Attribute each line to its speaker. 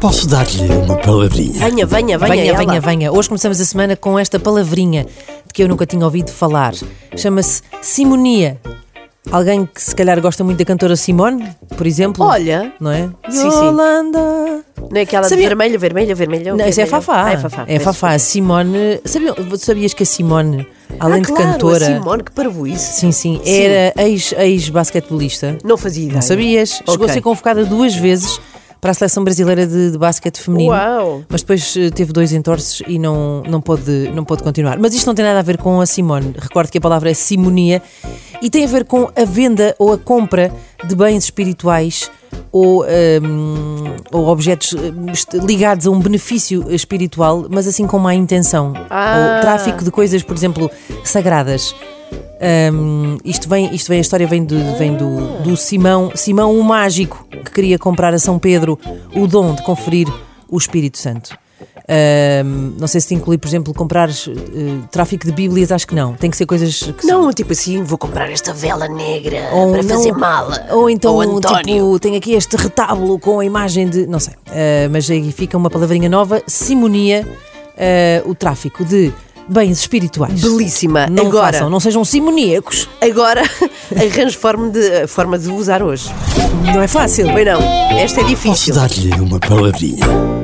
Speaker 1: Posso dar-lhe uma palavrinha?
Speaker 2: Venha, venha, venha.
Speaker 3: Venha,
Speaker 2: ela.
Speaker 3: venha, venha. Hoje começamos a semana com esta palavrinha de que eu nunca tinha ouvido falar. Chama-se simonia. Alguém que se calhar gosta muito da cantora Simone, por exemplo.
Speaker 2: Olha.
Speaker 3: Não é?
Speaker 2: Sim, sim.
Speaker 3: Yolanda.
Speaker 2: Não é aquela
Speaker 3: Sabia-
Speaker 2: de vermelho, vermelho, vermelho.
Speaker 3: Não, isso é
Speaker 2: vermelho.
Speaker 3: Fafá.
Speaker 2: Ah, é Fafá.
Speaker 3: É
Speaker 2: peço
Speaker 3: Fafá. A Simone. Sabiam- Sabias que a Simone,
Speaker 2: desculpa.
Speaker 3: além
Speaker 2: ah,
Speaker 3: de
Speaker 2: claro,
Speaker 3: cantora.
Speaker 2: A Simone, que parvoíce.
Speaker 3: Sim, sim. Era ex- ex-basquetebolista.
Speaker 2: Não fazia ideia.
Speaker 3: Não sabias? Chegou
Speaker 2: Ok.
Speaker 3: a ser convocada duas vezes para a seleção brasileira de, de basquete feminino.
Speaker 2: Uau.
Speaker 3: Mas depois eh, teve dois entorces e não, não, pôde, não pôde continuar. Mas isto não tem nada a ver com a Simone. Recordo que a palavra é simonia e tem a ver com a venda ou a compra de bens espirituais ou, hum, ou objetos hum, est- ligados a um benefício espiritual, mas assim com má intenção.
Speaker 2: Ah.
Speaker 3: Ou tráfico de coisas, por exemplo, sagradas. Hum, isto vem, isto vem, a história vem, de- vem do, do Simão, Simão o Mágico, que queria comprar a São Pedro o dom de conferir o Espírito Santo. Hum, não sei se te inclui, por exemplo, comprar tráfico de Bíblias, acho que não. Tem que ser coisas que são-
Speaker 2: Não, tipo assim, vou comprar esta vela negra
Speaker 3: ou
Speaker 2: para
Speaker 3: não-
Speaker 2: fazer mala.
Speaker 3: Ou então,
Speaker 2: Ou António.
Speaker 3: tipo, tem aqui este retábulo com a imagem de. Não sei. Ah, mas aí fica uma palavrinha nova: simonia, ah, o tráfico de bens espirituais.
Speaker 2: Belíssima.
Speaker 3: Não
Speaker 2: agora,
Speaker 3: façam, não sejam simoníacos.
Speaker 2: agora arranjo forma de, forma de usar hoje.
Speaker 3: Não é fácil.
Speaker 2: Pois não, esta é difícil.
Speaker 1: Posso dar-lhe uma palavrinha?